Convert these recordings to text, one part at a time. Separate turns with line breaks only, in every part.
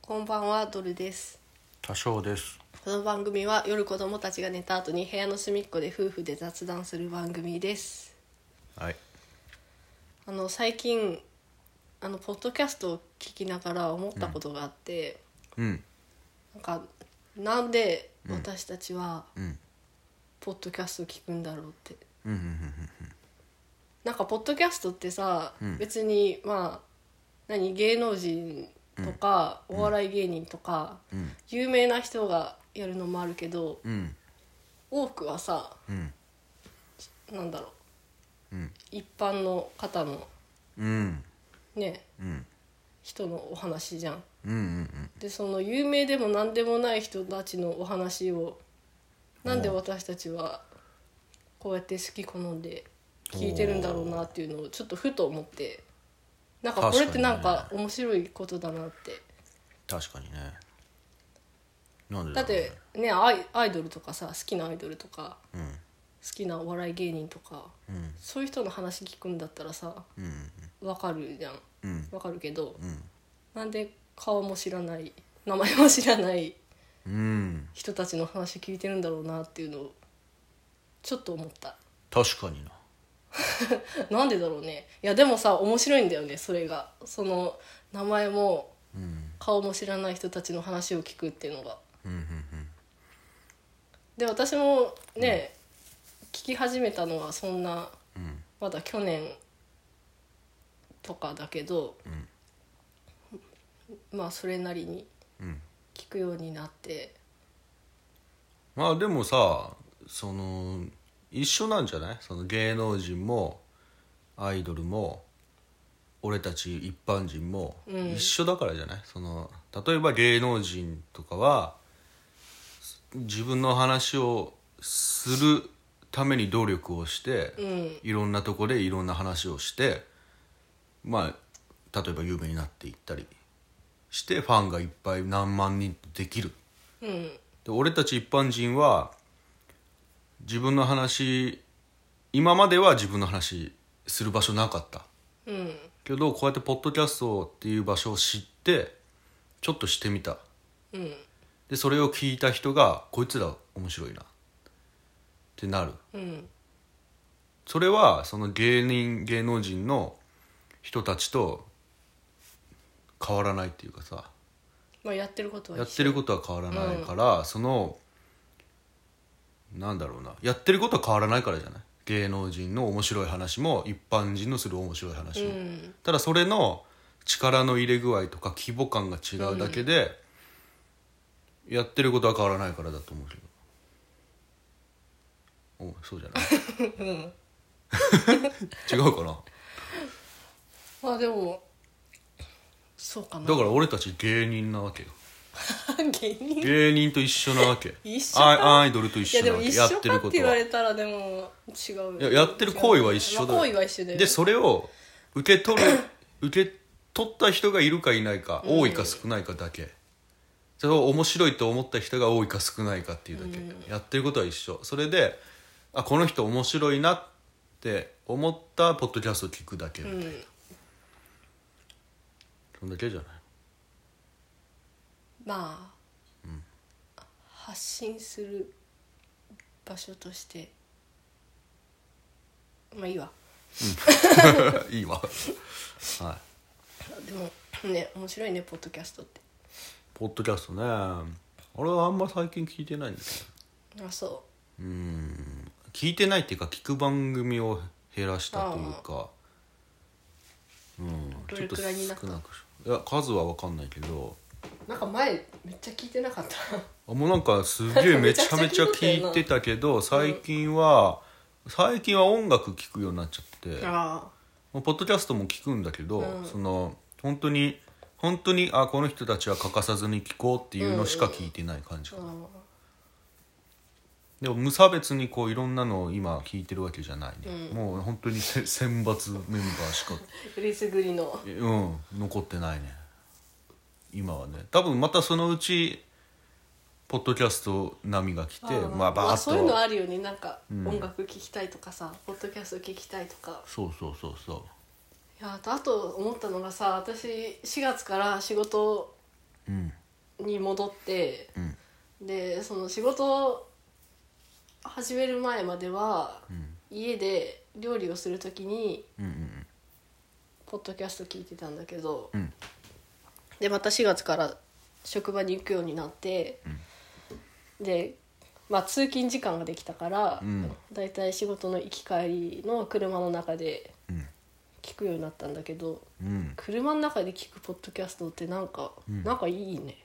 こんばんはドルです
多少です
この番組は夜子供たちが寝た後に部屋の隅っこで夫婦で雑談する番組です
はい
あの最近あのポッドキャストを聞きながら思ったことがあって、
うん
なんかなんで私たちは
うん
ポッドキャストを聞くんだろうって
うんうんうん
なんかポッドキャストってさ、
うん
別にまあ何芸能人とか、お笑い芸人とか、
うん
有名な人がやるのもあるけど
うん
多くはさ
うん
なんだろう
うん
一般の方の
うん
ね
うん
人のお話じゃん。
うんうん
でその有名でも何でもない人たちのお話をなんで私たちはこうやって好き好んで聞いてるんだろうなっていうのをちょっとふと思ってなんかこれってなんか
確
面白いことだなって。
確かにねなんで
だ
だ
っ
ろうね
てねアイアイドルとかさ好きなアイドルとか
うん
好きなお笑い芸人とか
うん
そういう人の話聞くんだったらさ
うん
わかるじゃん
うん
わかるけど
うん
なんで顔も知らない名前も知らない
うん
人たちの話聞いてるんだろうなっていうのをちょっと思った
確かにな
なんでだろうねいやでもさ面白いんだよねそれがその名前も
うん
顔も知らない人たちの話を聞くっていうのが
うんうん
で私もね、聞き始めたのはそんな
うん
まだ去年とかだけど、まあそれなりに
うんうん
聞くようになって
まあでもさその一緒なんじゃないその芸能人もアイドルも俺たち一般人も
うん
一緒だからじゃない、その例えば芸能人とかは自分の話をするために努力をして、
うん
いろんなとこでいろんな話をしてまあ例えば有名になっていったりしてファンがいっぱい何万人とできる
うん
で俺たち一般人は自分の話今までは自分の話する場所なかった
うん
けどこうやってポッドキャストっていう場所を知ってちょっとしてみた
うん
でそれを聞いた人がこいつら面白いなってなる
うん
それはその芸人芸能人の人たちと変わらないっていうかさ
まあやってることは
やってることは変わらないから、そのなんだろうなやってることは変わらないからじゃない芸能人の面白い話も一般人のする面白い話
う
も、
ん
ただそれの力の入れ具合とか規模感が違うだけで、やってることは変わらないからだと思うけどおそうじゃない 違うかな
まあでもそうかな
だから俺たち芸人なわけよ
芸人
芸人と一緒なわけ
一緒か
アイアイドルと一
いや
緒
で
な
も
わけ
一
や
緒
って
か
る
って
こと
言
は
われたらでも違う
いややってる行為は一緒だよ
まあ行為は一緒だよ
でそれを受け取 る受け取った人がいるかいないか、多いか少ないかだけそれを面白いと思った人が多いか少ないかっていうだけ、やってることは一緒それであこの人面白いなって思ったポッドキャストを聞くだけみたいな、そんだけじゃない
まあ、発信する場所としてまあいいわ
い いわはい
でもね面白いねポッドキャストって
ポッドキャストね俺はあんま最近聞いてないんだけど
あそう
ーん聞いてないっていうか聞く番組を減らしたというかうん
どれくらいになった
ちょっと少なくしいや数は分かんないけど
うなんか前めっちゃ聞いてなかった
あもうなんかすげえめちゃめちゃ聞いてたけど最近は、最近は音楽聞くようになっちゃって、
あ
まあポッドキャストも聞くんだけど、
うん
その本当に本当にあこの人たちは欠かさずに聞こうっていうのしか聞いてない感じか
あ
な、
ー
でも無差別にこういろんなのを今聞いてるわけじゃないね、もう本当にせ選抜メンバーしか
えりすぐりの
うん残ってないね今はね多分またそのうちポッドキャスト波が来て
ー
まあバーッと、
そういうのあるよねなんか
ん
音楽聴きたいとかさ、ポッドキャスト聴きたいとか
そうそうそうそう
いやあとあと思ったのがさ私4月から仕事
うん
に戻って
うん
でその仕事を始める前までは、
ん
家で料理をするときに
うんうん
ポッドキャスト聞いてたんだけど、
うん
でまた4月から職場に行くようになって、で、まあ、通勤時間ができたから、
うん
だいたい仕事の行き帰りの車の中で
うん
聞くようになったんだけど
うん
車の中で聞くポッドキャストってなんか、なんかいいね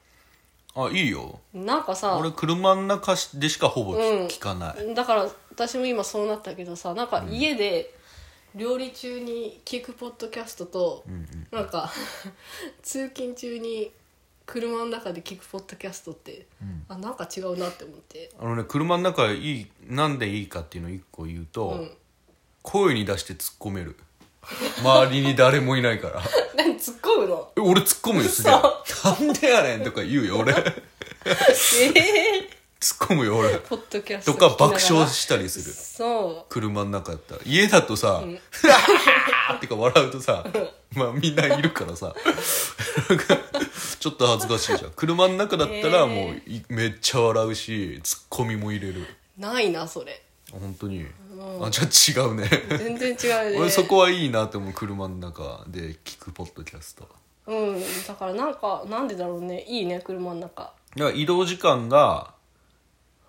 あいいよ
なんかさ
俺車の中でしかほぼ
うん
聞かない、
だから私も今そうなったけどさなんか家で料理中に聞くポッドキャストと、なんか 通勤中に車の中で聞くポッドキャストって、あなんか違うなって思って
あのね車の中いいなんでいいかっていうのを一個言うと、
うん
声に出して突っ込める周りに誰もいないから
何突っ込むの
え俺突っ込むよすげえなんでやねんとか言うよ俺突っ
ええ
込むよ俺
ポッドキャスト
と
聞きな
か
がら
爆笑したりする
そ
車の中だったら家だとさ「うわーってか笑うとさまあみんないるからさなんかちょっと恥ずかしいじゃん車の中だったらもういめっちゃ笑うしツッコミも入れる
うないなそれ
本当にあじゃあ違うね
全然違うね
俺そこはいいなって思う車の中で聞くポッドキャスト
うんだからなんかなんでだろうねいいね車の中
だから移動時間が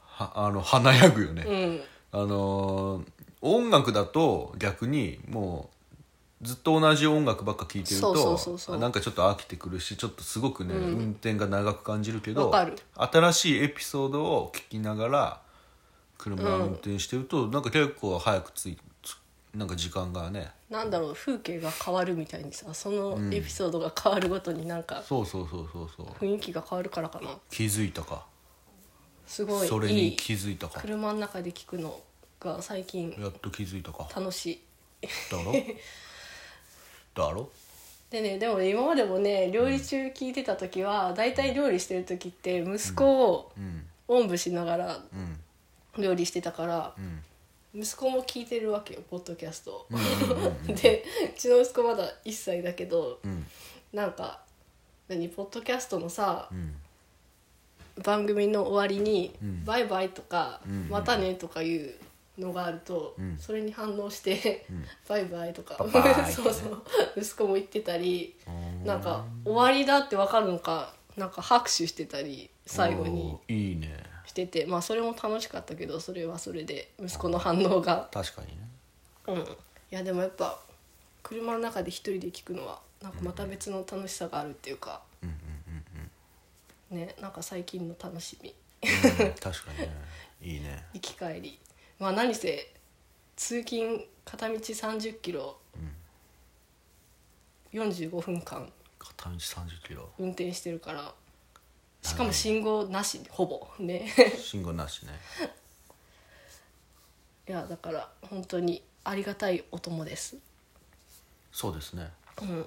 はあの華やぐよね、
うん
あのー音楽だと逆にもうずっと同じ音楽ばっか聴いてると
そうそうそうそう
なんかちょっと飽きてくるしちょっとすごくね、運転が長く感じるけど
わかる
新しいエピソードを聞きながら車を運転してると、なんか結構早くついつなんか時間がね
なんだろう風景が変わるみたいにさそのエピソードが変わるごとになんか
そうそうそうそうそう
雰囲気が変わるからかな
気づいたか
すごい
それ
い
に
い
気づいたか
車の中で聞くのが最近
やっと気づいたか
楽しい
だ ろだろ
でねでもね今までもね料理中聞いてた時は大体料理してる時って息子を
うん
おんぶしながら
うん
料理してたから
うん
息子も聞いてるわけよポッドキャストを でうちの息子まだ1歳だけど
うん
なんか何ポッドキャストのさ
うん
番組の終わりに「
ん
バイバイ」とか
うん
またね」とかいうのがあると、
うん
それに反応して「バイバイ」とか
バイバイとか ね
そうそう息子も言ってたり
うん
なんか終わりだって分かるのかなんか拍手してたり最後に
おーいいね
しててまあそれも楽しかったけどそれはそれで息子の反応が
確かにね
うんいやでもやっぱ車の中で一人で聞くのはなんかまた別の楽しさがあるっていうか、ねなんか最近の楽しみ。
うん確かにねいいね
行き帰りまあ何せ通勤片道3 0キロ、45分間
片道3 0キロ
運転してるからしかも信号なしほぼね
信号なしね
いやだから本当にありがたいお供です
そうですね
うん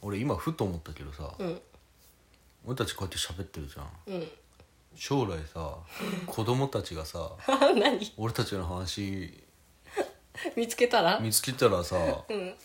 俺今ふと思ったけどさ、
うん
俺たちこうやって喋ってるじゃん
うん
将来 さ子供たちがさ
何
俺たちの話
見つけたら
見つけたらさ、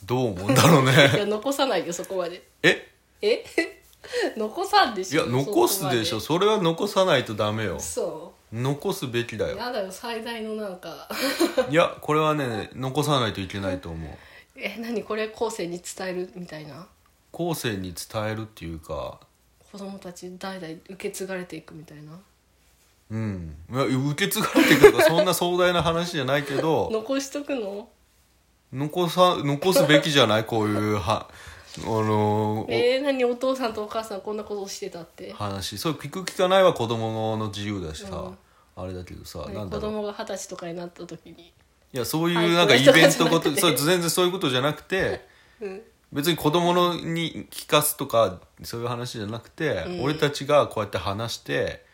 どう思うんだろう
い
ね
や残さないよそこまで
え
え 残さんで
い
しょ
や残すでしょ
そこ
それは残さないとダメよ
まそ
残すべきだ
う
よ
やだよ最大のなんか
いやこれはね残さないといけないと思う
え何これ後世に伝えるみたいな
後世に伝えるっていうか
子供たち代々受け継がれていくみたいな
うんいや受け継がれていくとかそんな壮大な話じゃないけ ど
残しとくの
残さ残すべきじゃないこういうはあのお
えー、何お父さんとお母さんこんなことしてたって
話そう聞く聞かないは子供の自由だしさ、あれだけどさ
何
なん
子
だろう
供が二十歳とかになった時に
いやそう
はい
いうなんかイ
こうい
ベ
う
ン
人
ト
が
こと
集まって
そう全然そういうことじゃなくて
うん
別に子供のに聞かすとかそういう話じゃなくて、俺たちがこうやって話して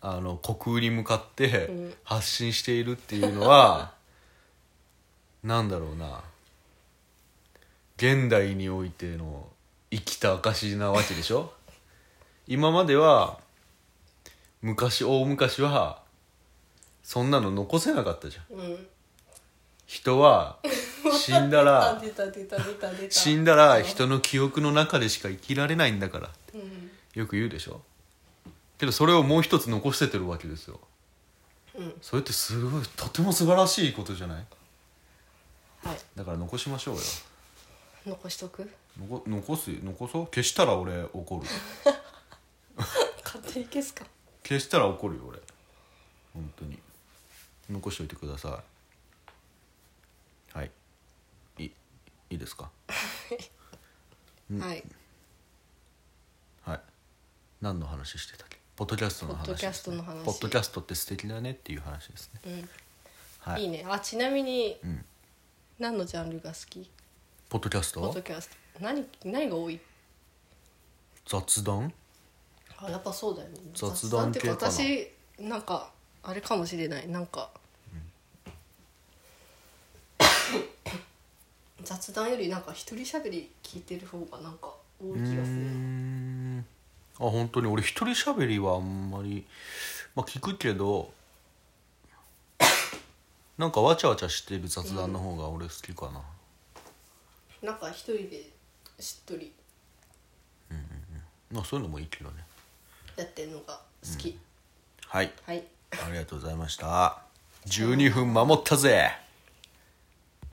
あの虚空に向かって発信しているっていうの は、なんだろうな現代においての生きた証なわけでしょ今までは昔大昔はそんなの残せなかったじゃん
うん
人は死んだら
出た出た出た出た
死んだら人の記憶の中でしか生きられないんだから
うん
よく言うでしょけどそれをもう一つ残しててるわけですよ、
うん
それってすごいとても素晴らしいことじゃない
はい
だから残しましょうよ
残しとく
残残す残そう消したら俺怒る
勝手に消すか
消したら怒るよ俺本当に残しておいてくださいはいいいいですか
はい
はい何の話してたっけポッドキャストの話
ポッドキャストの話
ポッドキャストって素敵だねっていう話ですね、
うん
はい
いいねあちなみに
うん、
何のジャンルが好き
ポッドキャス
ポッ
ト
ドキャスト何何が多い
雑談
あやっぱそうだよね
雑談
って
系かな
私なんかあれかもしれないなん か、雑談よりなんか一人喋り聞いてる方がなんか多い気がす
うー
る
んあ本当に俺一人喋りはあんまりまあ聞く けどなんかわちゃわちゃしてる雑談の方が俺好きかな、
なんか一人でしっとり
まあそういうのもいいけどね
やってるのが好き、
はい
はい
ありがとうございました12分守ったぜ